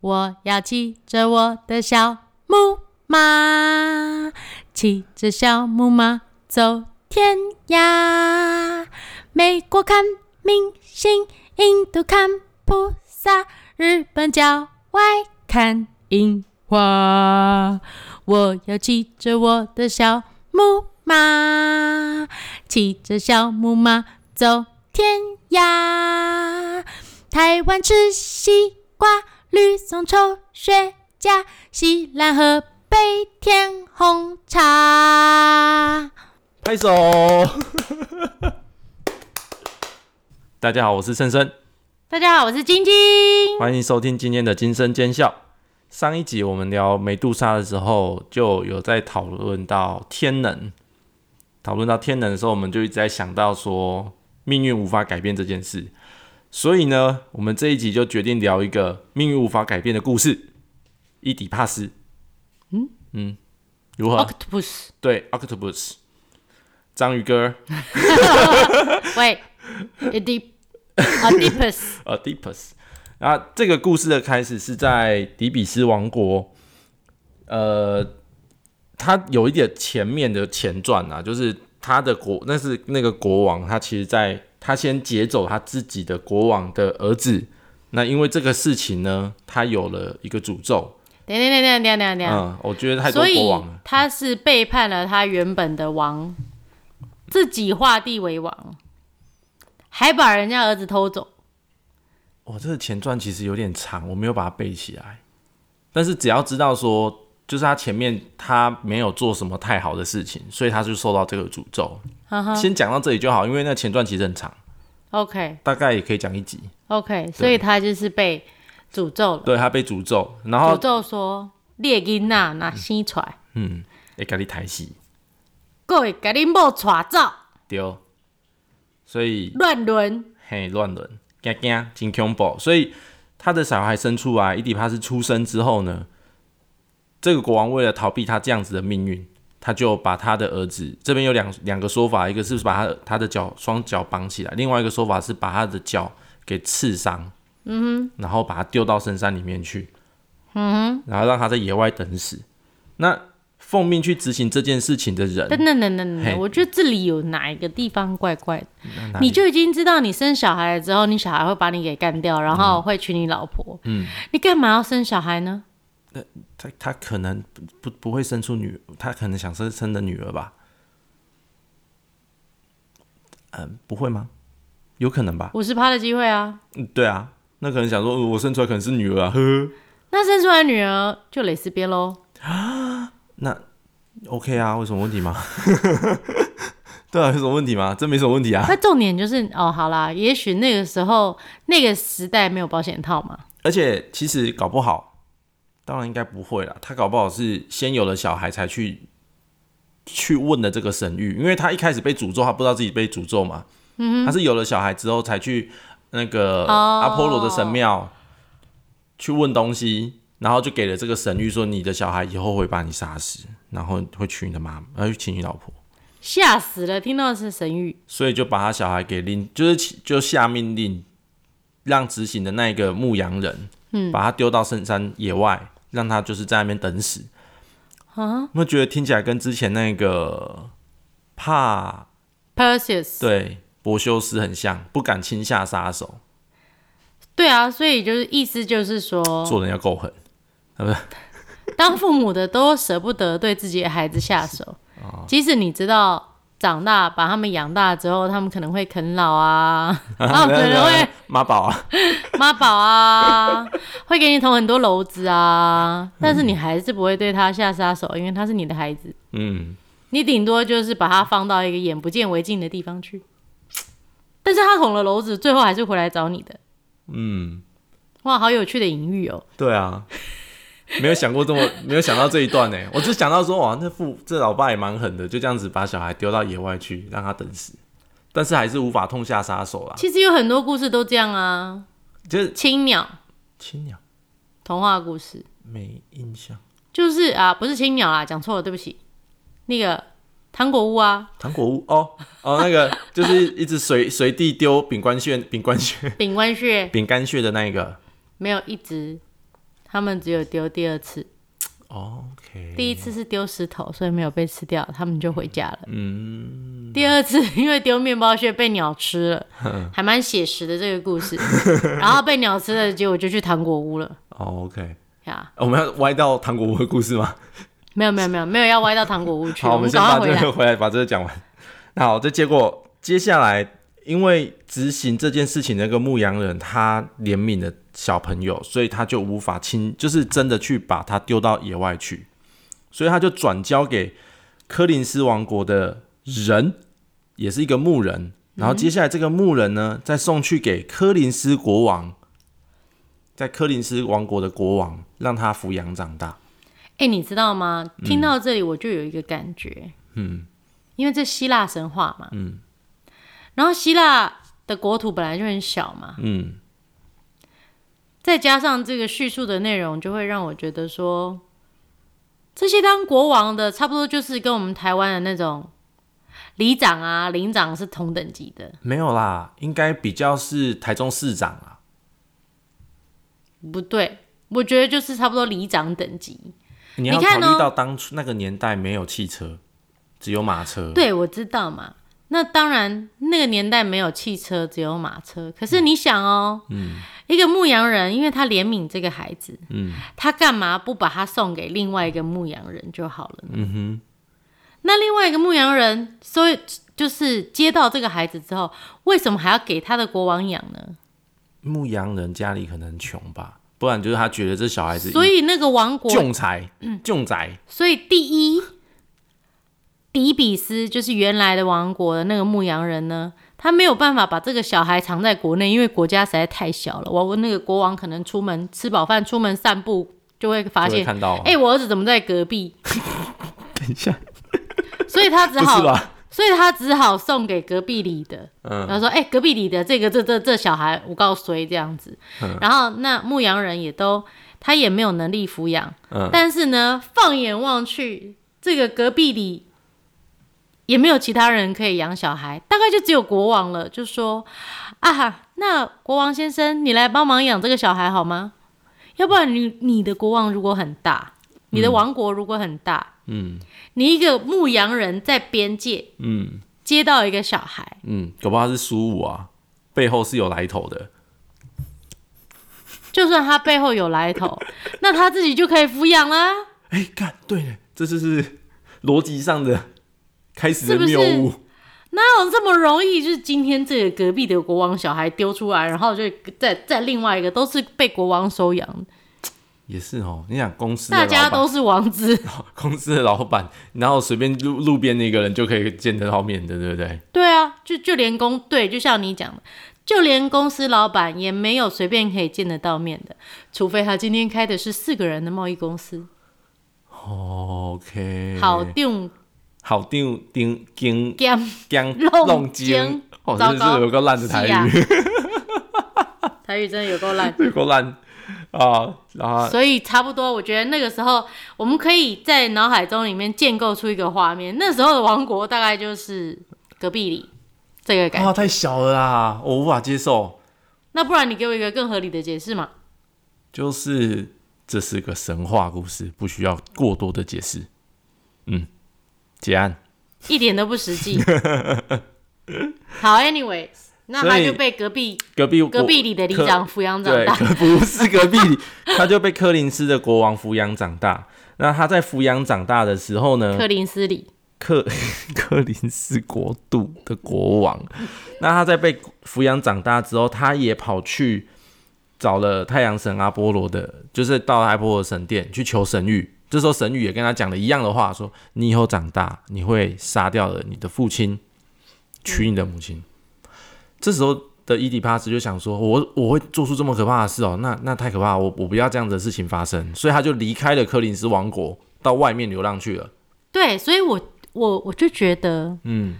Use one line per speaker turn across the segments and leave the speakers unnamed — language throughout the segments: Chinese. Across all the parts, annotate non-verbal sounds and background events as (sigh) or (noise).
我要骑着我的小木马，骑着小木马走天涯。美国看明星，印度看菩萨，日本郊外看樱花。我要骑着我的小木马，骑着小木马走天涯。台湾吃西瓜，绿松抽雪茄，西兰河北甜红茶。
拍手。 (laughs) 大家好，我是森森，
大家好，我是晶晶。
欢迎收听今天的《今生尖笑》。上一集我们聊梅杜莎的时候，就有在讨论到天能。讨论到天能的时候，我们就一直在想到说命运无法改变这件事。所以呢，我们这一集就决定聊一个命运无法改变的故事——伊底帕斯。嗯嗯，如
哦
何？
Octopus，
对，Octopus，章鱼哥 (laughs)
喂 a d (laughs) i Oedipus，
，Oedipus。那这个故事的开始是在底比斯王国，呃，它有一点前面的前传啊，就是他的国，那是那个国王，他其实在他先劫走他自己的国王的儿子。那因为这个事情呢，他有了一个诅咒。
等等等等等等等
嗯，我觉得太
等，
多
所以
国王了。
他是背叛了他原本的王，自己画地为王，还把人家儿子偷走。
我这个前传其实有点长，我没有把它背起来。但是只要知道说，就是他前面他没有做什么太好的事情，所以他就受到这个诅咒。
哈哈
先讲到这里就好，因为那前传其实很长，
，OK
大概也可以讲一集。
OK，所以他就是被诅咒了，
对他被诅咒，然
诅
后
咒说列囡娜那生出来，
嗯，会给你抬戏
各位给恁某带走，
丢，哦所以
乱伦。
嘿乱伦，惊惊真恐怖。所以他的小孩生出来，伊底帕斯出生之后呢，这个国王为了逃避他这样子的命运，他就把他的儿子这边有两两个说法，一个是把他他的脚双脚绑起来，另外一个说法是把他的脚给刺伤，嗯然后把他丢到深山里面去，嗯然后让他在野外等死。那奉命去执行这件事情的人，
等等等等
嘿
等，我觉得这里有哪一个地方怪怪的。
那哪里
你就已经知道你生小孩了之后，你小孩会把你给干掉，然后会娶你老婆。嗯，你干嘛要生小孩呢？
他他可能不不不会生出女，他可能想生生的女儿吧？嗯，不会吗？有可能吧。
五十趴的机会啊！
嗯，对啊，那可能想说，呃我生出来可能是女儿啊，呵呵。
那生出来女儿就蕾丝边喽。
那 OK 啊，有什么问题吗？ (laughs) 对啊，有什么问题吗？这没什么问题啊。
那重点就是哦，好啦，也许那个时候那个时代没有保险套嘛。
而且其实搞不好，当然应该不会啦。他搞不好是先有了小孩才去去问的这个神谕，因为他一开始被诅咒，他不知道自己被诅咒嘛。嗯，他是有了小孩之后才去那个
哦
阿波罗的神庙去问东西，然后就给了这个神谕说你的小孩以后会把你杀死，然后会娶你的妈，呃，娶你老婆。
吓死了！听到的是神谕，
所以就把他小孩给拎，就是起就下命令，让执行的那一个牧羊人，嗯，把他丢到深山野外，让他就是在那边等死。啊，有没有觉得听起来跟之前那个怕
Perseus。
对博修斯很像，不敢轻下杀手，
对啊，所以就是意思就是说，
做人要够狠，啊不是？
当父母的都舍不得对自己的孩子下手，即使你知道长大把他们养大之后，他们可能会啃老啊，他们可能会
(laughs) 妈宝啊，
妈宝啊，会给你捅很多篓子啊，但是你还是不会对他下杀手，因为他是你的孩子，
嗯，
你顶多就是把他放到一个眼不见为净的地方去。但是他捅了篓子，最后还是回来找你的。
嗯，
哇，好有趣的隐喻哦！
对啊。没有想过这么，没有想到这一段呢。欸我只想到说，哇，那父这老爸也蛮狠的，就这样子把小孩丢到野外去，让他等死，但是还是无法痛下杀手啦。
其实有很多故事都这样啊，
就是
青鸟
青鸟
童话故事
没印象，
就是啊，不是青鸟啦，讲错了，对不起。那个糖果屋啊，
糖果屋哦哦，那个就是一直随随地丢饼干屑、饼干屑、
饼干屑
饼干屑的那一个，
没有一直，他们只有丢第二次，
哦 OK，
第一次是丢石头，所以没有被吃掉，他们就回家了。
嗯，
第二次因为丢面包屑被鸟吃了，
(laughs)
还蛮写实的这个故事。然后被鸟吃了，结果就去糖果屋了
哦，OK，
呀。
我们要歪到糖果屋的故事吗？
没有没有没有没有要歪到糖果屋去，
(laughs) 好，我
们
们先
赶
把
快回
这
来。
个回来把这个讲完。 (laughs) 那好，这结果接下来，因为执行这件事情那个牧羊人他怜悯了小朋友，所以他就无法亲，就是真的去把他丢到野外去，所以他就转交给柯林斯王国的人，也是一个牧人。然
嗯
后接下来这个牧人呢，再送去给柯林斯国王，在柯林斯王国的国王让他抚养长大。
哎、你知道吗？听到这里我就有一个感觉，嗯，因为这希腊神话嘛，嗯，然后希腊的国土本来就很小嘛，
嗯，
再加上这个叙述的内容，就会让我觉得说，这些当国王的差不多就是跟我们台湾的那种里长啊、领长是同等级的，
没有啦，应该比较是台中市长啊。
不对，我觉得就是差不多里长等级。
你要
你
考
看
虑
哦
到当初那个年代没有汽车，只有马车。，
对，我知道嘛。那当然，那个年代没有汽车，只有马车。可是你想哦，一个牧羊人，因为他怜悯这个孩子，
嗯
他干嘛不把他送给另外一个牧羊人就好了呢？
嗯
那另外一个牧羊人，所以就是接到这个孩子之后，为什么还要给他的国王养呢？
哼，牧羊人家里可能很穷吧，不然就是他觉得这小孩子
所以嗯那个王国
仲裁，仲裁，
所以第一，迪比斯就是原来的王国的那个牧羊人呢，他没有办法把这个小孩藏在国内，因为国家实在太小了。我那个国王可能出门吃饱饭，出门散步就会发
就会
现，
看到啊。
哎、我儿子怎么在隔壁？
等一下，
所以他只
不是
好，
吧？
所以他只好送给隔壁里的。然
嗯
后说，哎、隔壁里的这个这这这小孩，我告谁这样子。
嗯
然后那牧羊人也都，他也没有能力抚养，
嗯，
但是呢，放眼望去，这个隔壁里也没有其他人可以养小孩，大概就只有国王了。就说啊哈，那国王先生，你来帮忙养这个小孩好吗？要不然你你的国王如果很大，你的王国如果很大，
嗯
你一个牧羊人在边界
嗯
接到一个小孩，
嗯，搞不好他是苏武啊，背后是有来头的。
就算他背后有来
(laughs)
头，那他自己就可以抚养啦。
哎，干，对了，这就是逻辑上的开始的
是不是
谬误。
哪有这么容易？就是今天这个隔壁的国王小孩丢出来，然后就再再另外一个都是被国王收养，
也是哦，你想公司的
大家
老板
都是王子。
(laughs) 公司的老板，然后随便路路边的一个人就可以见得到面的，对不对？
(laughs) 对啊，就就连公对，就像你讲的，就连公司老板也没有随便可以见得到面的，除非他今天开的是四个人的贸易公司。哦
OK，
好定
好丢丢丢
干
丢
弄
弄
精
精，哦，真
糟
的是
糕啊
有个烂的台语，。
(laughs) 台语真的有够烂
有个烂啊，然后
所以差不多，我觉得那个时候我们可以在脑海中里面建构出一个画面。那时候的王国大概就是隔壁里这个感觉。
啊太小了啦，我无法接受，
那不然你给我一个更合理的解释
(laughs)
嘛？
就是这是个神话故事，不需要过多的解释。嗯，结案。
一点都不实际。好，anyways，那
所
他
以
就被隔壁
隔壁
隔壁里的里
柯
长抚养长
对，
大。
可不是隔壁里，他就被柯林斯的国王抚养长大。那他在抚养长大的时候呢，
柯林斯里，
克 (laughs) 柯林斯国度的国王，那他在被抚养长大之后，他也跑去找了太阳神阿波罗的，就是到阿波罗神殿去求神谕。这时候神谕也跟他讲了一样的话，说你以后长大你会杀掉了你的父亲，娶你的母亲。这时候的伊底帕斯就想说，我我会做出这么可怕的事哦，那那太可怕了，我我不要这样子的事情发生，所以他就离开了柯林斯王国，到外面流浪去了。
对，所以我我我就觉得
嗯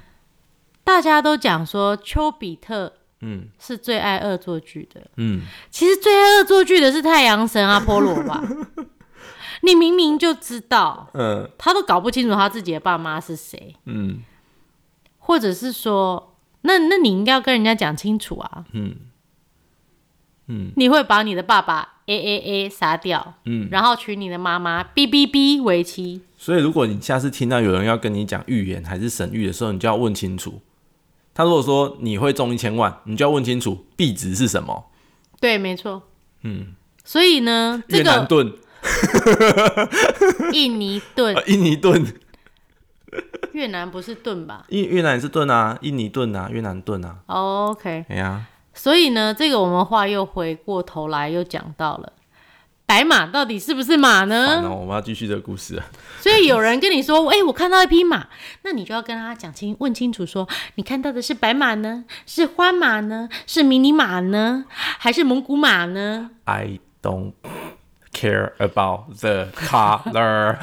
大家都讲说丘比特
嗯
是最爱恶作剧的，
嗯。
其实最爱恶作剧的是太阳神阿波罗
(laughs)
吧？你明明就知道，
嗯
他都搞不清楚他自己的爸妈是谁，
嗯
或者是说，那那你应该要跟人家讲清楚啊。
嗯嗯，
你会把你的爸爸 A A A 杀掉，
嗯，
然后娶你的妈妈 B B B 为妻。
所以，如果你下次听到有人要跟你讲预言还是神谕的时候，你就要问清楚。他如果说你会中一千万，你就要问清楚币值是什么。
对，没错。嗯，所以呢，这
越南
个
盾、
印尼盾，哎
呃印尼盾、
越南不是盾吧
印越南也是盾啊，印尼盾啊，越南盾啊，
？OK，
哎呀，
所以呢，这个我们话又回过头来又讲到了，白马到底是不是马
好，
呢？
那我们要继续这个故事了。
所以有人跟你说，哎、我看到一匹马，那你就要跟他讲清，问清楚说，你看到的是白马呢，是花马呢，是迷你马呢，还是蒙古马呢？
I don't care about the
(laughs)
color，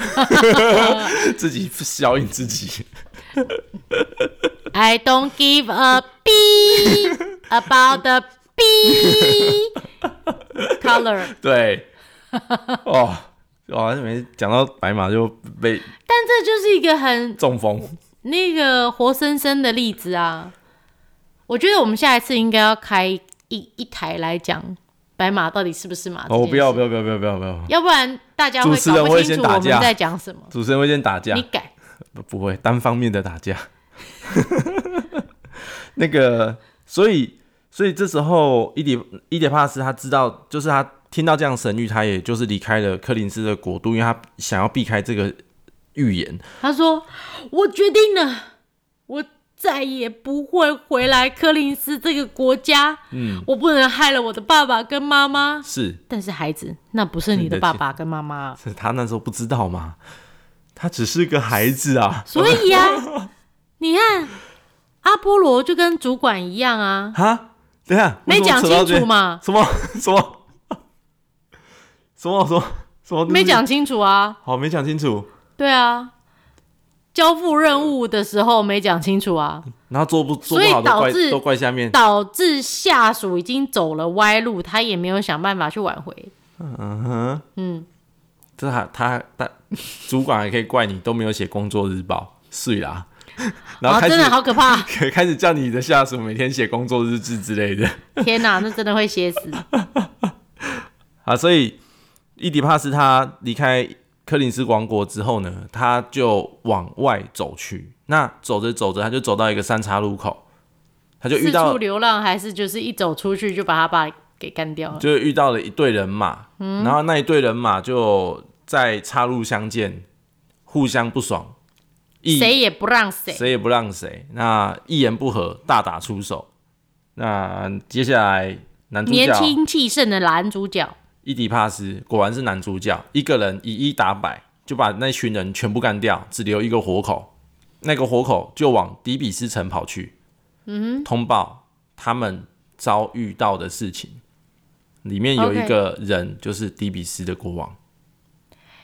自己消音自己。
I don't give a b about the b color，
对，哦，哇，没讲到白马就被
但这就是一个很
中风。
那个活生生的例子啊。我觉得我们下一次应该要开一一台来讲白马到底是不是马、
哦，不要不
要，
要不要不要不要不要，
要不然大家
主
会
持人
搞不
会
清
先
楚
打
我们
架
在讲什么。
主持人会先打架
你，改
不不会单方面的打架。 (laughs) 那个，所以所以这时候伊迪伊迪帕斯他知道，就是他听到这样神谕，他也就是离开了柯林斯的国度，因为他想要避开这个预言。
他说：“我决定了，我再也不会回来柯林斯这个国家。嗯，我不能害了我的爸爸跟妈妈。
是，
但是孩子，那不是你的爸爸跟妈妈，
是他那时候不知道嘛，他只是个孩子啊。
所以呀、你看阿波罗就跟主管一样啊，
哈，等一下
没
为什
讲
么扯到
清
这
楚嘛，
什么什么什么什么什么
没讲清楚啊，
好，没讲清楚。
对啊，交付任务的时候没讲清楚啊，
然后做不
所
做不
以
好都
导
怪
致
都怪下面，
导致下属已经走了歪路，他也没有想办法去挽回。
嗯哼，
嗯，
这他他他主管还可以怪你都没有写工作日报，是
(laughs)
啦。然后
啊，
开
真
始、
的好可怕！
(laughs)
(laughs)
开始叫你的下属每天写工作日志之类的
天哪，那真的会歇死。
啊，所以伊迪帕斯他离开柯林斯王国之后呢，他就往外走去。那走着走着，他就走到一个三岔路口，他 (laughs) 就遇
四
到
处流浪，还是就是一走出去就把他爸给干掉了？
就遇到了一队人马，
嗯
然后那一队人马就在岔路相见，互相不爽，一
谁也不让谁。
谁也不让谁，那一言不合大打出手。那接下来男主
年
角
轻气盛的男主角，
伊迪帕斯果然是男主角，一个人以一打百，就把那群人全部干掉，只留一个活口。那个活口就往迪比斯城跑去，嗯，通报他们遭遇到的事情。里面有一
OK
个人就是迪比斯的国王，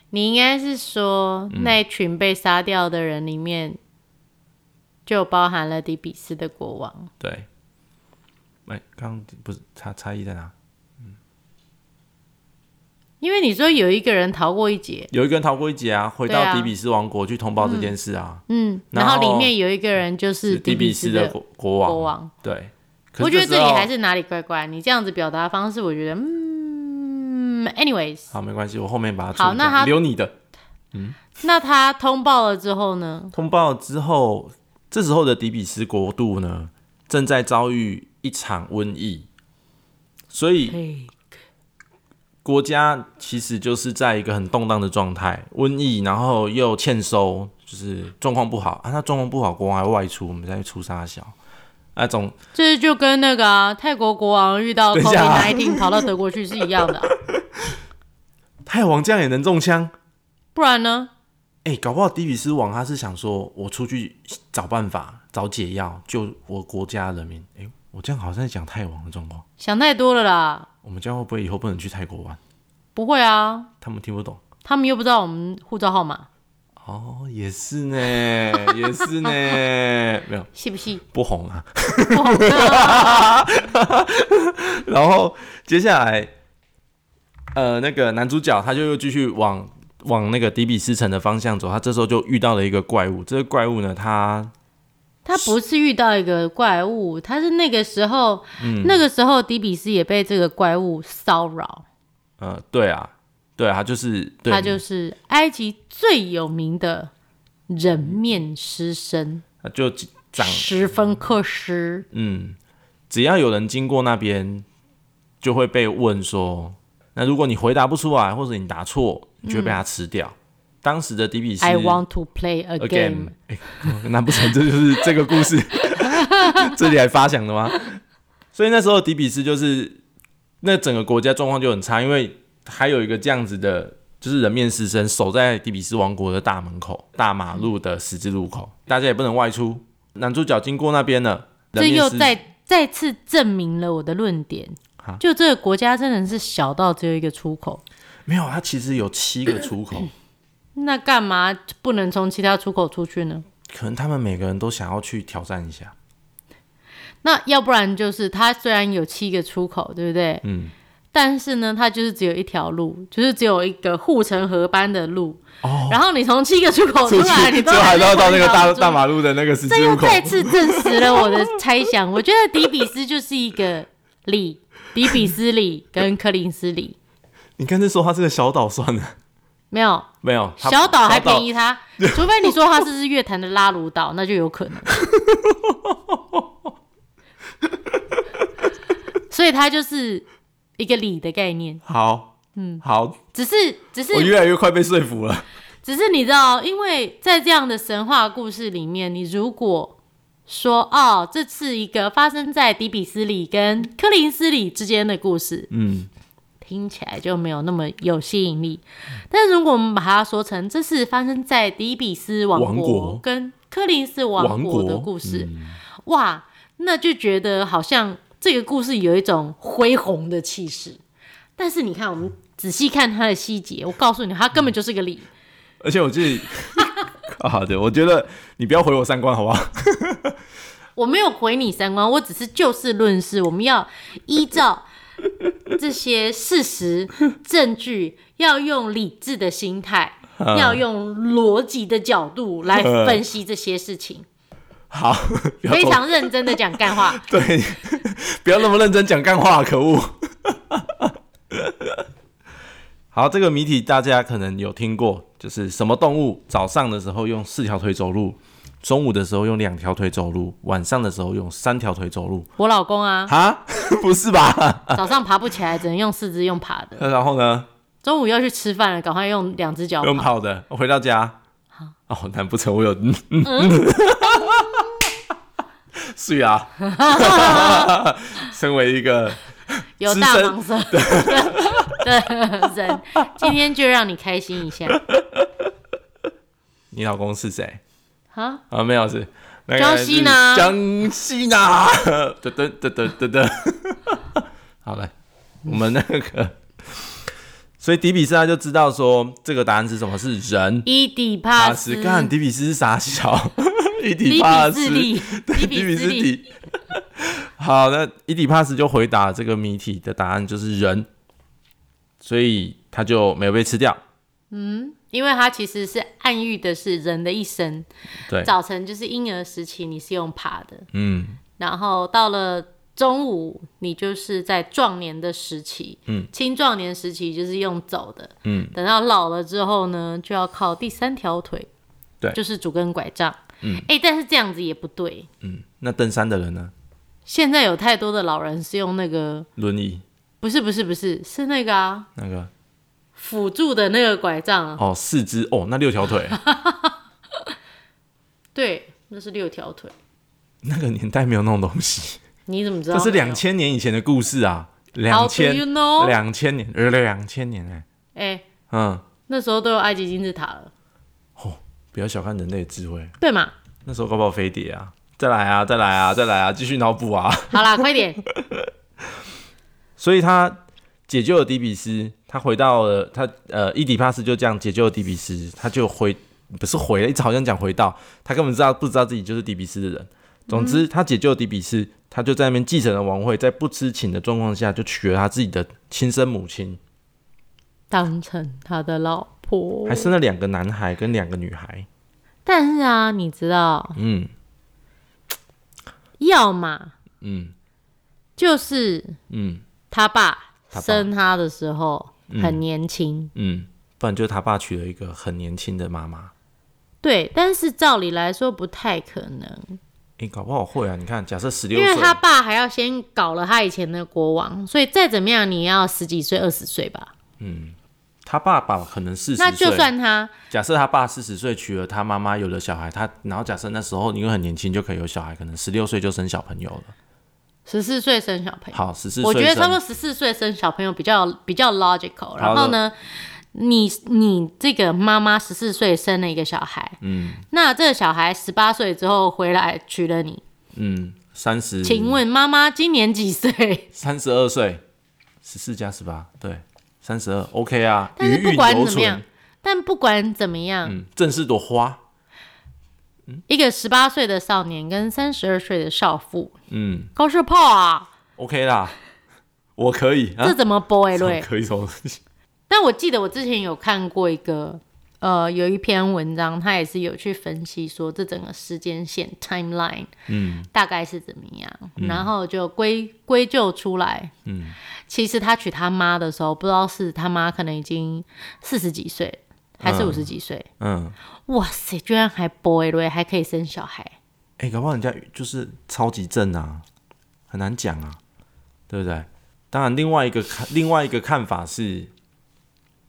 你应该是说、
嗯
那一群被杀掉的人里面，就包含了迪比斯的国王。
对。哎，刚刚不是差差异在哪？
因为你说有一个人逃过一劫，
有一个人逃过一劫啊，回
对啊
到迪比斯王国去通报这件事啊。
嗯，
然
然
后
后里面有一个人就是
迪
比
比斯
的
的国国王。
国王。
对，可
我
是
觉得这
时
里
候
还是哪里怪怪，你这样子表达方式，我觉得嗯，anyways，
好，没关系，我后面把它
好
处理
那
掉
他
留你的
那他通报了之后呢？
通报之后，这时候的迪比斯国度呢，正在遭遇一场瘟疫，所以
嘿，
国家其实就是在一个很动荡的状态，瘟疫，然后又欠收，就是状况不好啊。那状况不好，国王还外出，我们再出沙小。啊，总
这就跟那个、啊、泰国国王遇到
等一下啊
COVID-19 跑到德国去是一样的啊、
太王这样也能中枪？
不然呢？
哎、搞不好迪比斯王他是想说，我出去找办法，找解药，救我国家人民。哎、我这样好像在讲泰王的状况，
想太多了啦，
我们这样会不会以后不能去泰国玩？
不会啊，
他们听不懂。
他们又不知道我们护照号码，
哦，也是呢，也是呢，没有
是不是？
不红啊。 (laughs) 然后接下来，呃，那个男主角他就又继续往往那个迪比斯城的方向走，他这时候就遇到了一个怪物。这个怪物呢，他
他不是遇到一个怪物，
嗯
他是那个时候，那个时候迪比斯也被这个怪物骚扰，
呃，对啊，对啊，他就是对
他就是埃及最有名的人面狮身
他就长
十分克狮，
嗯，只要有人经过那边，就会被问说，那如果你回答不出来，或者你答错，你就会被他吃掉。当时的迪比
嗯
斯
I want to play a
again，
game。
诶 (laughs) 难不成这就是这个故事 (laughs) 这里来发想的吗？所以那时候迪比斯就是那整个国家状况就很差，因为还有一个这样子的，就是人面狮身守在迪比斯王国的大门口、大马路的十字路口，大家也不能外出。男主角经过那边了，
这
人面
又
狮
再再次证明了我的论点
哈。
就这个国家真的是小到只有一个出口，
没有，它其实有七个出口， (clears throat)
那干嘛不能从其他出口出去呢？
可能他们每个人都想要去挑战一下。
那要不然就是它虽然有七个出口，对不对？
嗯，
但是呢，它就是只有一条路，就是只有一个护城河般的路。哦。然后你从七个出
哦
口出来，你
就
都
啊还
还
是要到那啊个大大
马。
马路的那个十字
这
路
又
口。
哎再次证实了我的猜想。我觉得迪比斯就是一个里，迪比斯里跟柯林斯里
你干脆说它是个小岛算了，
没有
没有它
小岛还便宜他，除非你说他是日月潭的拉鲁岛，那就有可能。所以它就是一个里的概念，
好，嗯，好，
只是只
我
是
越来越快被说服了。
只是你知道，因为在这样的神话故事里面，你如果说哦，这是一个发生在迪比斯里跟柯林斯里之间的故事，
嗯，
听起来就没有那么有吸引力。但如果我们把它说成这是发生在迪比斯王
王国
国跟柯林斯王
王嗯
国的故事，哇，那就觉得好像这个故事有一种恢宏的气势。但是你看，我们仔细看它的细节，我告诉你，它根本就是个理。
而且我自 (laughs) 己，好的，我觉得你不要毁我三观，好不好？
我没有毁你三观，我只是就事论事，我们要依
(laughs)
照这些事实证据，要用理智的心态，
啊
要用逻辑的角度来分析这些事情，
好， (laughs) 不要
非
走。
常认真的讲干话
(laughs) 对，不要那么认真讲干话，可恶。 (laughs) 好，这个谜题大家可能有听过，就是什么动物早上的时候用四条腿走路，中午的时候用两条腿走路，晚上的时候用三条腿走路？
我老公啊，
哈， (laughs) 不是吧？
早上爬不起来，只能用四肢用爬的；
(laughs) 那然后呢？
中午要去吃饭了，赶快用两只脚
用
爬。
跑的，我回到家。哦，难不成我有嗯嗯？ (laughs) 是啊， (laughs) 身为一个
有
资
大
深
蟒蛇 (laughs) 的人，今天就让你开心一下
你老公是谁？
啊！
啊，没有是。那个
江西呢
是江西 (laughs) 呢？噔噔噔噔噔噔。 (laughs) 好了，我们那个，所以迪比斯他就知道说这个答案是什么，是人
伊底帕斯，
斯。看迪比斯是傻小， (laughs) 伊
迪
底帕
比
斯
斯，利，
(laughs) 对
迪比斯
斯
利，
底。好，那伊底帕斯就回答这个谜题的答案就是人，所以他就没有被吃掉。
因为它其实是暗喻的是人的一生，
对，
早晨就是婴儿时期你是用爬的，
嗯，
然后到了中午你就是在壮年的时期，
嗯，
青壮年时期就是用走的，
嗯，
等到老了之后呢，就要靠第三条腿，
对
就是拄根拐杖，
嗯，
哎、但是这样子也不对，
嗯，那登山的人呢？
现在有太多的老人是用那个，
轮椅
不是不是不是，是那个啊。
那个
辅助的那个拐杖啊，
哦，四肢哦，那六条腿，
对，那是六条腿。
(laughs) 那个年代没有那种东
(laughs)
西，
你怎么知道
这
啊没有？
是两千年以前的故事啊，两
How do you
千
know？
两千年呃两千年哎、
哎、
嗯，
那时候都有埃及金字塔了，
不要小看人类的智慧，
对嘛？
那时候搞不好飞碟啊，再来啊，再来啊，再来啊，继续脑补啊。 (laughs)
好啦，快点，
所以他解救了迪比斯，他回到了他呃伊底帕斯就这样解救了迪比斯，他就回不是回了，一直好像讲回到，他根本知道不知道自己就是迪比斯的人。总
嗯
之，他解救了迪比斯，他就在那边继承了王位，在不知情的状况下就娶了他自己的亲生母亲，
当成他的老婆
还。生了两个男孩跟两个女孩。
但是啊，你知道，
嗯
要么
嗯
就是
嗯，
他爸
他爸
生他的时候很年轻。
嗯，不然就是他爸娶了一个很年轻的妈妈。
对，但是照理来说不太可能，
诶，搞不好会啊！你看，假设十六
因为
岁，
他爸还要先搞了他以前的国王，所以再怎么样你也要十几岁、二十岁吧。
他爸爸可能四十
那就
岁，
算他
假设他爸四十岁娶了他妈妈，有了小孩，他然后假设那时候因为很年轻就可以有小孩，可能十六岁就生小朋友了。
十四岁生小朋友，
好，十四
我觉得
岁
差不多
生
十四岁生小朋友比较比较 logical。然后
好
呢，你你这个妈妈十四岁生了一个小孩，嗯，那这个小孩十八岁之后回来娶了你，
嗯三十，
请问妈妈今年几岁？
三十二岁，十四加十八，对，三十二，OK 啊，
但是
余
不
韵
管
犹
怎么样
存，，
但不管怎么样，
嗯，正是朵花，
一个十八岁的少年跟三十二岁的少妇，
嗯
高射炮啊，
，OK 啦，我可以啊
这，怎么 boy
(laughs) 我
类？
可以什么东西？
但我记得我之前有看过一个，呃，有一篇文章，他也是有去分析说这整个时间线 timeline
嗯
大概是怎么样，然后就归归咎出来，
嗯，
其实他娶他妈的时候，不知道是他妈可能已经四十几岁还是
嗯
五十几岁，
嗯，
哇塞，居然还 boy 类，还可以生小孩。
哎、搞不好人家就是超级正啊，很难讲啊，对不对？当然，另外一个看另外一个看法是，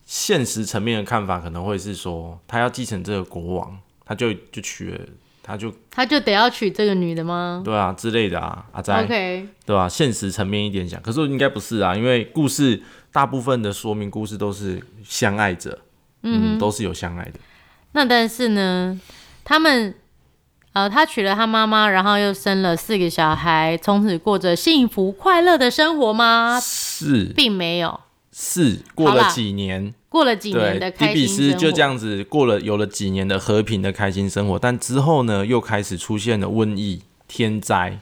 现实层面的看法可能会是说，他要继承这个国王，他就就娶了，他就
他就得要娶这个女的吗
对啊之类的啊，阿斋。
？OK，
对吧、现实层面一点讲，可是应该不是啊，因为故事大部分的说明故事都是相爱者，嗯，都是有相爱的，
那但是呢，他们呃，他娶了他妈妈，然后又生了四个小孩，从此过着幸福快乐的生活吗？
是
并没有。
是过
好
了
啦
几年，
过了几年的
对，迪
开
比
心
斯
生活，
就这样子过了有了几年的和平的开心生活，但之后呢，又开始出现了瘟疫、天灾，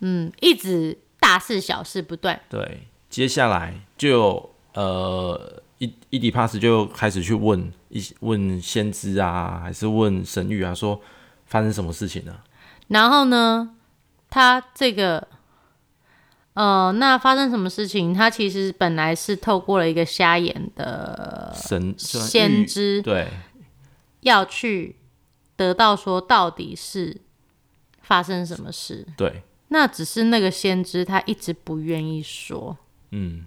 嗯，一直大事小事不断。
对，接下来就有呃。伊伊迪帕斯就开始去问一些问先知啊，还是问神谕啊，说发生什么事情啊了、
然后呢，他这个，呃，那发生什么事情？他其实本来是透过了一个瞎眼的
神就
呃先
预
知，
对，
要去得到说到底是发生什么事。
对，
那只是那个先知他一直不愿意说，
嗯，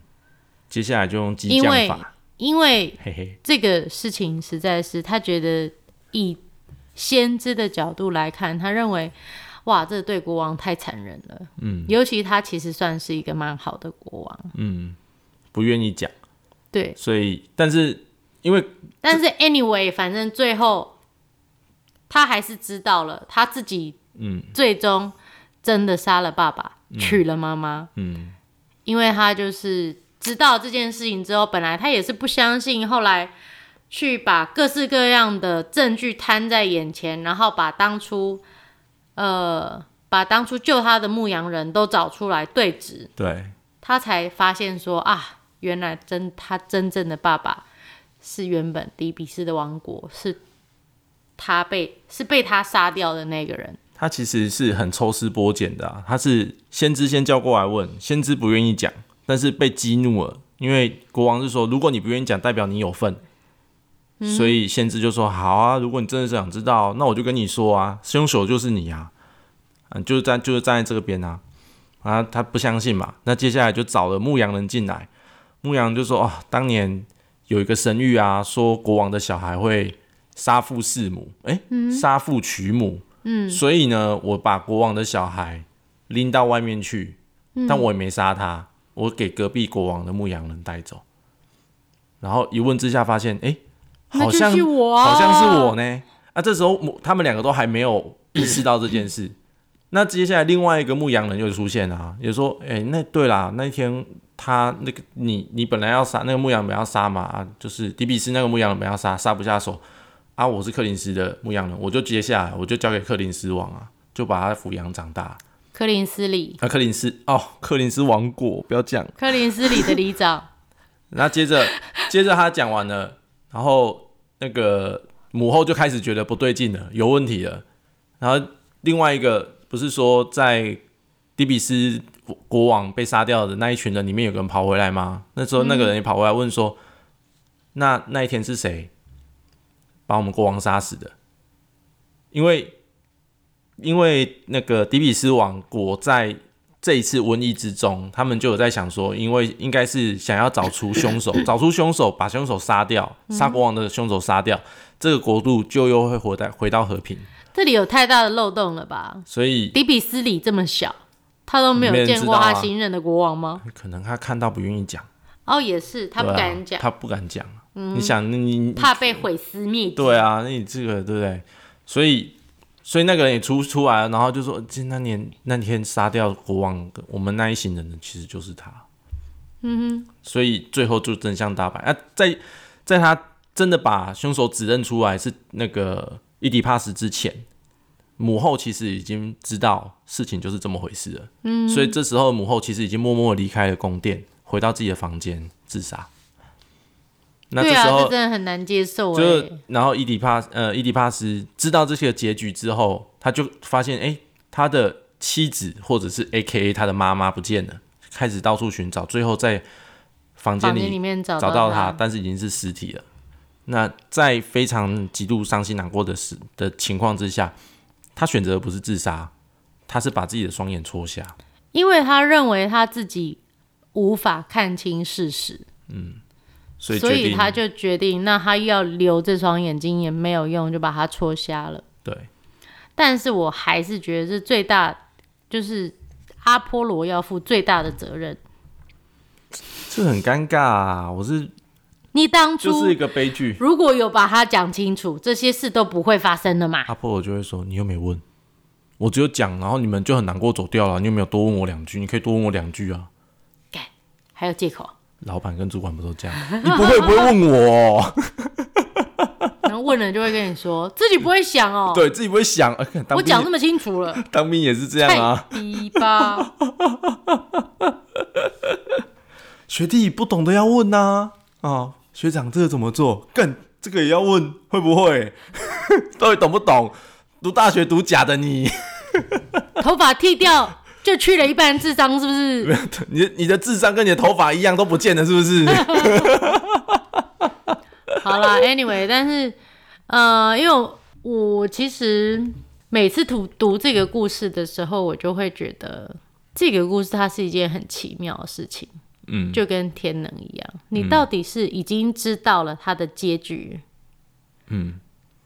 接下来就用激
因
将
为
法，
因为
嘿嘿，
这个事情实在是他觉得以先知的角度来看，他认为哇，这对国王太残忍了。嗯，尤其他其实算是一个蛮好的国王，
不愿意讲，
对。
所以但是因为
但是 anyway，反正最后他还是知道了，他自己
嗯
最终真的杀了爸爸，娶了妈妈。
嗯
因为他就是知道这件事情之后，本来他也是不相信，后来去把各式各样的证据摊在眼前，然后把当初呃把当初救他的牧羊人都找出来对质，
对
他才发现说啊，原来真他真正的爸爸是原本底比斯的王国是。他被是被他杀掉的那个人，
他其实是很抽丝剥茧的、啊，他是先知先叫过来问，先知不愿意讲，但是被激怒了，因为国王是说，如果你不愿意讲，代表你有份。所以先知就说：“好啊，如果你真的是想知道，那我就跟你说啊，凶手就是你啊，嗯，就是站就是站在这个边啊。”啊，他不相信嘛，那接下来就找了牧羊人进来，牧羊人就说：“哦，当年有一个神谕啊，说国王的小孩会杀父弑母，诶，
嗯
杀父娶母，嗯，所以呢，我把国王的小孩拎到外面去，
嗯
但我也没杀他，我给隔壁国王的牧羊人带走。然后一问之下发现，诶，好
那
像
就是我啊、
好像是我呢。啊，这时候母他们两个都还没有意识到这件事。那接下来另外一个牧羊人又出现了、啊，也说：“哎、那对啦，那一天他那个你你本来要杀那个牧羊人要杀嘛，啊就是迪比斯那个牧羊人本来要杀，杀不下手啊，我是克林斯的牧羊人，我就接下来我就交给克林斯王啊，就把他抚养长大。
柯林斯里，
啊，克林斯哦，克林斯王国不要讲。
柯林斯里的里长， (laughs)
那接着接着他讲完了，然后那个母后就开始觉得不对劲了，有问题了。然后另外一个不是说在迪比斯国王被杀掉的那一群人里面有个人跑回来吗？那时候那个人也跑回来问说：“那那一天是谁把我们国王杀死的？因为因为那个底比斯王国在这一次瘟疫之中，他们就有在想说，因为 (coughs) 应该是想要找出凶
(coughs)
手，找出凶手，把凶手杀掉，
嗯
杀国王的凶手杀掉，这个国度就又会回到回到和平。
这里有太大的漏洞了吧？
所以
迪比斯里这么小，他都没
没
有
人
见
知
过
道
他
啊
新任的国王吗？
可能他看到不愿意讲，
哦，也是，他不
对啊
敢讲，嗯
他不敢讲。你想，你你
怕被毁尸灭迹。
对啊，那你这个对不对？所以，所以那个人也出出来了，然后就说，其实那年那天杀掉国王的，我们那一行人的其实就是他。嗯哼。所以最后就真相大白啊，在在他真的把凶手指认出来是那个伊迪帕斯之前，母后其实已经知道事情就是这么回事了。嗯。所以这时候母后其实已经默默地离开了宫殿，回到自己的房间自杀。那这
对啊，
时候、
这真的很难接受哎、
就然后伊迪帕呃伊迪帕斯知道这些结局之后，他就发现哎、诶他的妻子或者是 A K A 他的妈妈不见了，开始到处寻找，最后在房间
房间里
里
面找
找
到
到他，但是已经是尸体了。那在非常极度伤心难过的时的情况之下，他选择的不是自杀，他是把自己的双眼戳瞎。
因为他认为他自己无法看清事实，
所以
所
决定
以他就决定，那他要留这双眼睛也没有用，就把它戳瞎了。
对
但是我还是觉得这最大就是阿波罗要负最大的责任。
这很尴尬、啊，我是
你当初、
就是一个悲剧。
如果有把它讲清楚，这些事都不会发生的嘛。
阿婆我就会说：“你又没问，我只有讲，然后你们就很难过走掉了。你有没有多问我两句？你可以多问我两句啊。
干，还有借口，”
老板跟主管不都这样？ (laughs) 你不会不会问我、哦？ (laughs)
然后问了就会跟你说自己不会想哦。
对自己不会想。呃看当
我
兵
讲这么清楚了，
当兵也是这样
太
啊。
逼吧！
学弟不懂的要问呐、啊。学长这个怎么做？更这个也要问，会不会？ (laughs) 到底懂不懂？读大学读假的你， (laughs)
头发剃掉就去了一半智商，是不是？
你的你的智商跟你的头发一样都不见了，是不是？ (laughs)
好啦 a n y w a y 但是呃，因为我我其实每次读读这个故事的时候，我就会觉得这个故事它是一件很奇妙的事情。
嗯，
就跟天能一样，你到底是已经知道了它的结局，
嗯，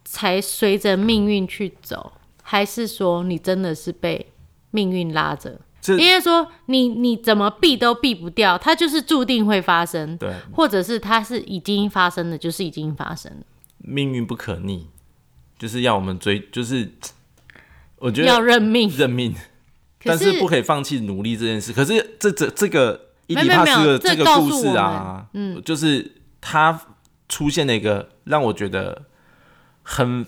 才随着命运去走，还是说你真的是被命运拉着？
这
应该说你你怎么避都避不掉，它就是注定会发生，
对，
或者是它是已经发生的，就是已经发生了，
命运不可逆，就是要我们追，就是我觉
要
得
认命。
认命，
可
但
是
是不可以放弃努力这件事。可是这这这个伊
没有
迪帕
没有
斯
没
的
有这
这个
告
故
诉
事
我
啊，嗯，就是他出现了一个让我觉得很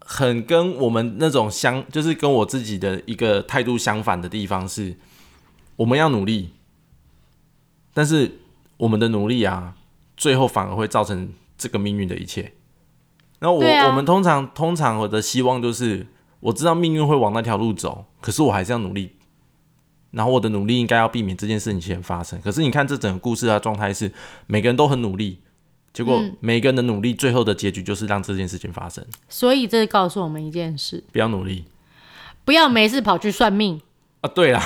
很跟我们那种相，就是跟我自己的一个态度相反的地方是，我们要努力，但是我们的努力啊，最后反而会造成这个命运的一切。然后我、
对啊
我们通常通常我的希望就是，我知道命运会往那条路走，可是我还是要努力。然后我的努力应该要避免这件事情先发生。可是你看这整个故事的状态是，每个人都很努力，结果
嗯
每个人的努力最后的结局就是让这件事情发生。
所以这告诉我们一件事：
不要努力
不要没事跑去算命。
啊！对啦，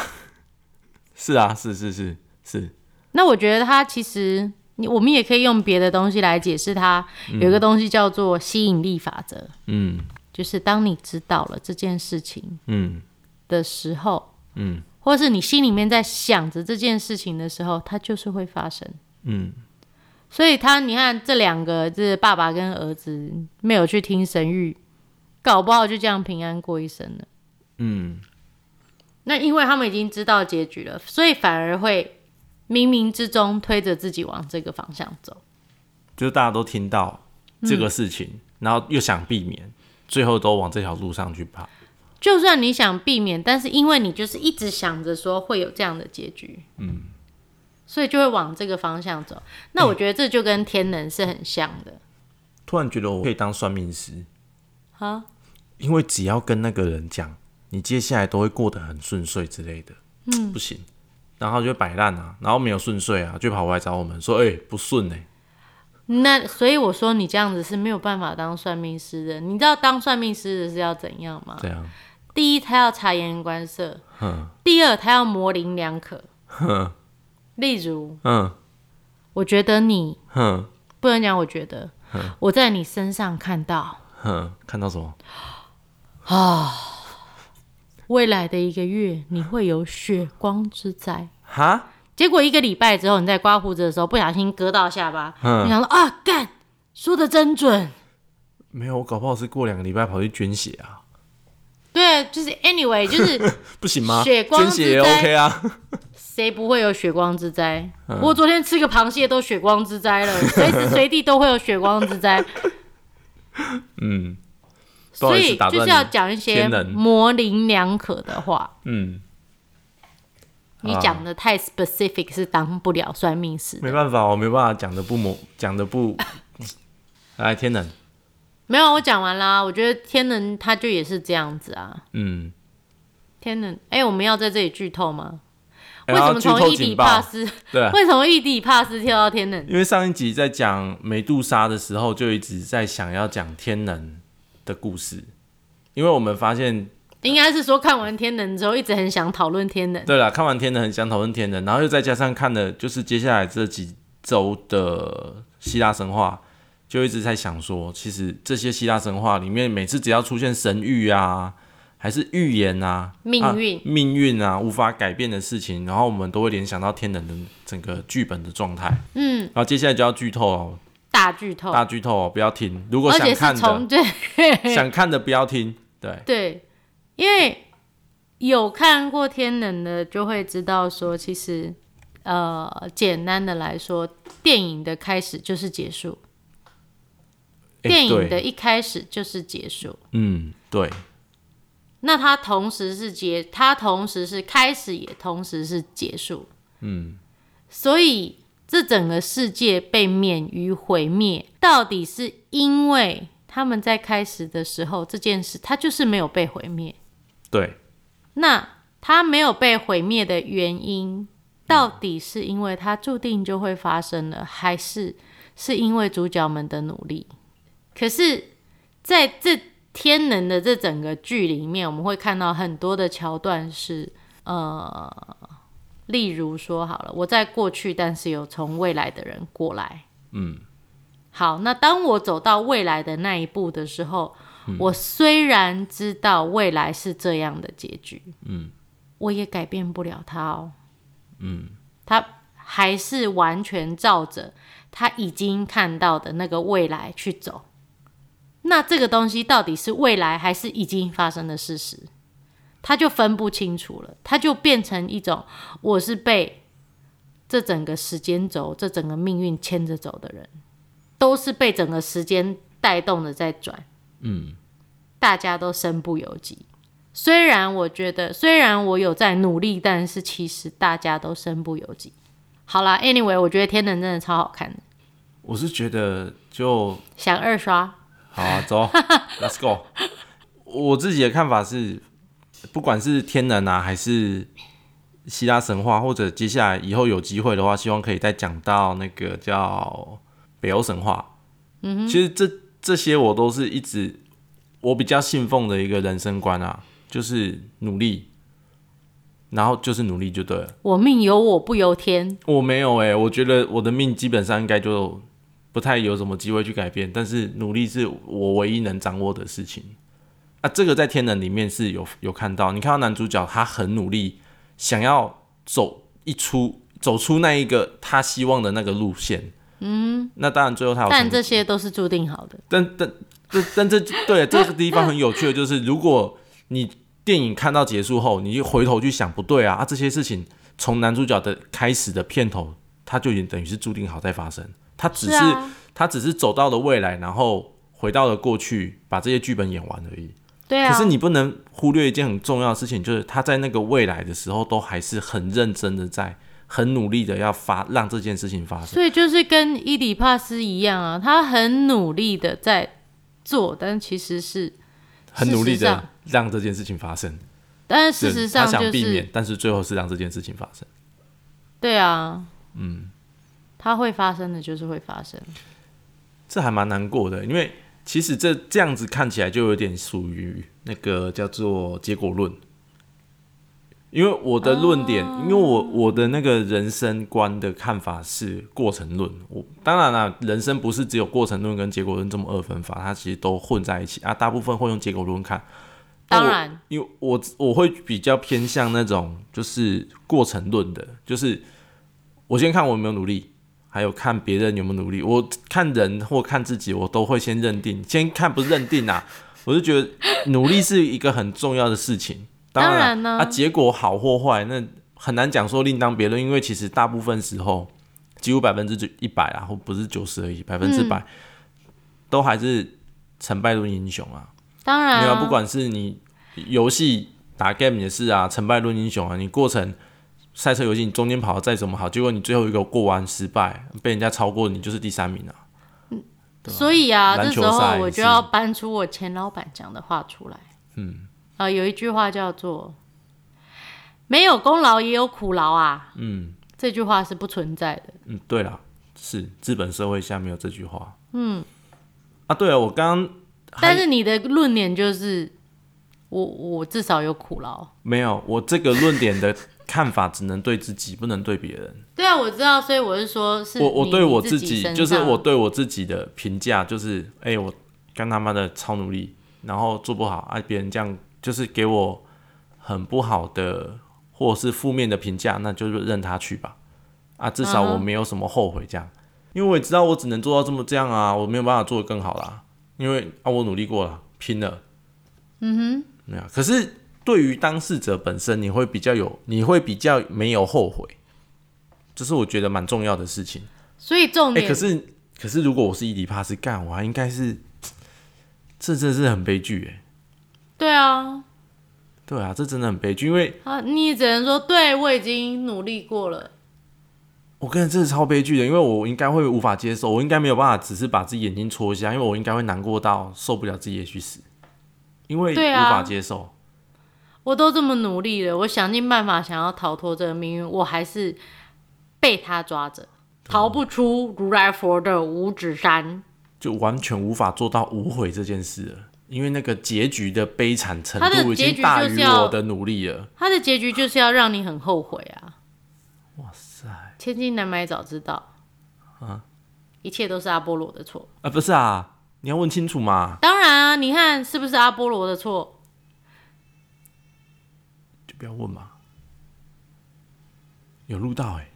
(laughs) 是啊，是是是是，
那我觉得它其实，你我们也可以用别的东西来解释它。有一个东西叫做吸引力法则，
嗯
就是当你知道了这件事情
嗯
的时候，
嗯，
或是你心里面在想着这件事情的时候，它就是会发生。
嗯，
所以他，你看这两个，这爸爸跟儿子没有去听神谕，搞不好就这样平安过一生了。
嗯，
那因为他们已经知道结局了，所以反而会冥冥之中推着自己往这个方向走。
就是大家都听到这
嗯
个事情，然后又想避免，最后都往这条路上去跑。
就算你想避免，但是因为你就是一直想着说会有这样的结局，嗯，所以就会往这个方向走。那我觉得这就跟天能是很像的。
突然觉得我可以当算命师，
啊，
因为只要跟那个人讲，你接下来都会过得很顺遂之类的，嗯，不行，然后就摆烂啊，然后没有顺遂啊，就跑回来找我们说，哎、不顺哎、
那所以我说你这样子是没有办法当算命师的。你知道当算命师的是要怎样吗？
这样，
第一，他要察言观色；
哼
第二，他要模棱两可。
哼
例如，
嗯
我觉得你
哼
不能讲，我觉得我在你身上看到
哼，看到什么？
未来的一个月你会有血光之灾。
哈，
结果一个礼拜之后，你在刮胡子的时候不小心割到下巴，
嗯
你想说啊，干，说的真准。
没有，我搞不好是过两个礼拜跑去捐血啊，
对，啊就是 anyway，就是
(laughs) 不行吗？
血光
捐血也
之灾
OK 啊，
谁不会有血光之灾？
嗯
我昨天吃个螃蟹都血光之灾了，随时随地都会有血光之灾，
嗯不好
所
意思
以
打断
就是
你
要讲一些
天冷
模棱两可的话。
嗯，
你
啊
讲的太 specific 是当不了算命师的。
没办法，我没办法讲的不模，讲
(laughs)
的不，哎，天冷，
没有，我讲完啦。我觉得天能他就也是这样子啊。
嗯，
天能，哎、我们要在这里剧透吗？
哎
为什么
然后
从伊
剧透
底
警
帕
报？哎
斯？
对，啊
为什么伊底帕斯跳到天能？
因为上一集在讲美杜莎的时候，就一直在想要讲天能的故事，因为我们发现，
应该是说看完天能之后，一直很想讨论天能。
对了，看完天能很想讨论天能，然后又再加上看了就是接下来这几周的希腊神话，就一直在想说，其实这些希腊神话里面，每次只要出现神谕啊，还是预言啊，
命运
啊命运啊，无法改变的事情，然后我们都会联想到天能的整个剧本的状态，
嗯，
然后接下来就要剧透了，
大剧透，
大剧透哦，不要听，如果
哦而
想
且
看
是
的。
从这
想看的不要听。对，
(laughs) 对，因为有看过天能的就会知道说，其实呃，简单的来说，电影的开始就是结束，
诶
电影的
哎对
一开始就是结束。
嗯，对，
那它同时是结，它同时是开始，也同时是结束。
嗯，
所以这整个世界被免于毁灭，到底是因为他们在开始的时候这件事，它就是没有被毁灭。
对，
那它没有被毁灭的原因，到底是因为它注定就会发生了，还是是因为主角们的努力？可是，在这天能的这整个剧里面，我们会看到很多的桥段是，呃，例如说好了，我在过去，但是有从未来的人过来，
嗯，
好，那当我走到未来的那一步的时候，我虽然知道未来是这样的结局，
嗯，
我也改变不了它哦，嗯，他还是完全照着他已经看到的那个未来去走。那这个东西到底是未来还是已经发生的事实，他就分不清楚了，他就变成一种我是被这整个时间轴、这整个命运牵着走的人。都是被整个时间带动的在转，
嗯，
大家都身不由己。虽然我觉得，虽然我有在努力，但是其实大家都身不由己。好啦 a n y w a y 我觉得《天能》真的超好看的，
我是觉得就
想二刷。
好啊， (laughs) 走，Let's go。我自己的看法是，不管是天能啊，还是希腊神话，或者接下来以后有机会的话，希望可以再讲到那个叫北欧神话。嗯哼，其实这这些我都是一直我比较信奉的一个人生观啊，就是努力，然后就是努力就对了。
我命由我不由天，
我没有哎、我觉得我的命基本上应该就不太有什么机会去改变，但是努力是我唯一能掌握的事情。啊，这个在《天能》里面是有有看到，你看到男主角他很努力，想要走一出走出那一个他希望的那个路线。嗯，那当然最后他有成
但
功
这些都是注定好的。
但但但但这对这个地方很有趣的就是，如果你电影看到结束后，你就回头去想，不对啊啊这些事情从男主角的开始的片头，他就已经等于是注定好在发生，他只是
啊，
他只是走到了未来，然后回到了过去，把这些剧本演完而已。
对啊。
可是你不能忽略一件很重要的事情，就是他在那个未来的时候，都还是很认真的在。很努力的要发让这件事情发生，
所以就是跟伊底帕斯一样啊，他很努力的在做，但其实是，
很努力
事实
的
上
让这件事情发生。
但是事实上就
他想
是
避免，但是最后是让这件事情发生。
对啊，嗯，它会发生的就是会发生。
这还蛮难过的，因为其实这这样子看起来就有点属于那个叫做结果论。因为我的论点，
哦
因为我我的那个人生观的看法是过程论。我当然啦，人生不是只有过程论跟结果论这么二分法，它其实都混在一起啊。大部分会用结果论看，
当然，
因为我我会比较偏向那种就是过程论的，就是我先看我有没有努力，还有看别人有没有努力。我看人或看自己，我都会先认定，先看不是认
(laughs)
定啊，我就觉得努力是一个很重要的事情。
当
然
然呢
啊，结果好或坏，那很难讲说另当别论，因为其实大部分时候，几乎百分之一百啊，或不是九十而已，百分之百
嗯
都还是成败论英雄啊。
当然、
没有啊，不管是你游戏打 game 也是啊，成败论英雄啊。你过程赛车游戏，你中间跑的再怎么好，结果你最后一个过弯失败，被人家超过，你就是第三名啊。
所以啊，
篮
这
球
时
赛
候我
也是
就要搬出我前老板讲的话出来。嗯，啊、有一句话叫做“没有功劳也有苦劳”啊。嗯，这句话是不存在的。
嗯，对了，是资本社会下没有这句话。嗯，啊，对了，我刚刚还
但是你的论点就是，我我至少有苦劳。
没有，我这个论点的看法只能对自己，不能对别人。
对啊，我知道，所以我是说是
我我
你
对我
你
自
自
己，
身
就是
上
我对我自己的评价，就是哎、我干他妈的超努力，然后做不好，啊，别人这样就是给我很不好的或者是负面的评价，那就是任他去吧。啊，至
嗯
少我没有什么后悔这样，因为我也知道我只能做到这么这样啊，我没有办法做得更好啦，因为啊我努力过了，拼了，嗯哼，没有。可是对于当事者本身，你会比较有，你会比较没有后悔，这是我觉得蛮重要的事情。
所以重
哎、
点、
可是可是如果我是伊迪帕斯干，我还应该是，这真的是很悲剧哎、
对啊
对啊，这真的很悲剧，因为
啊，你只能说对我已经努力过了。
我跟你这是超悲剧的，因为我应该会无法接受，我应该没有办法只是把自己眼睛戳瞎，因为我应该会难过到受不了自己也去死，因为无
对啊
法接受。
我都这么努力了，我想尽办法想要逃脱这个命运，我还是被他抓着，逃不出如来佛的五指山。
就完全无法做到无悔这件事了，因为那个结局的悲惨程
它
度
的
已
结
经
局
大
就
于
是要
我的努力了。
他的结局就是要让你很后悔啊！哇塞，千金难买早知道啊！一切都是阿波罗的错。
啊，不是啊，你要问清楚嘛，
当然啊，你看是不是阿波罗的错？
就不要问嘛。有录到哎、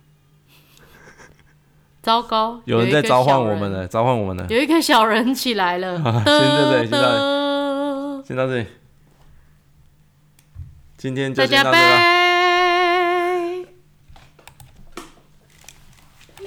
糟糕，
有人在
一个
召唤
小
我们了，召唤我们了。
有一个小人起来
(laughs)
了。
好了先到这里
哒
先到这里先到这里，今天就
大
先
家
到这里啦，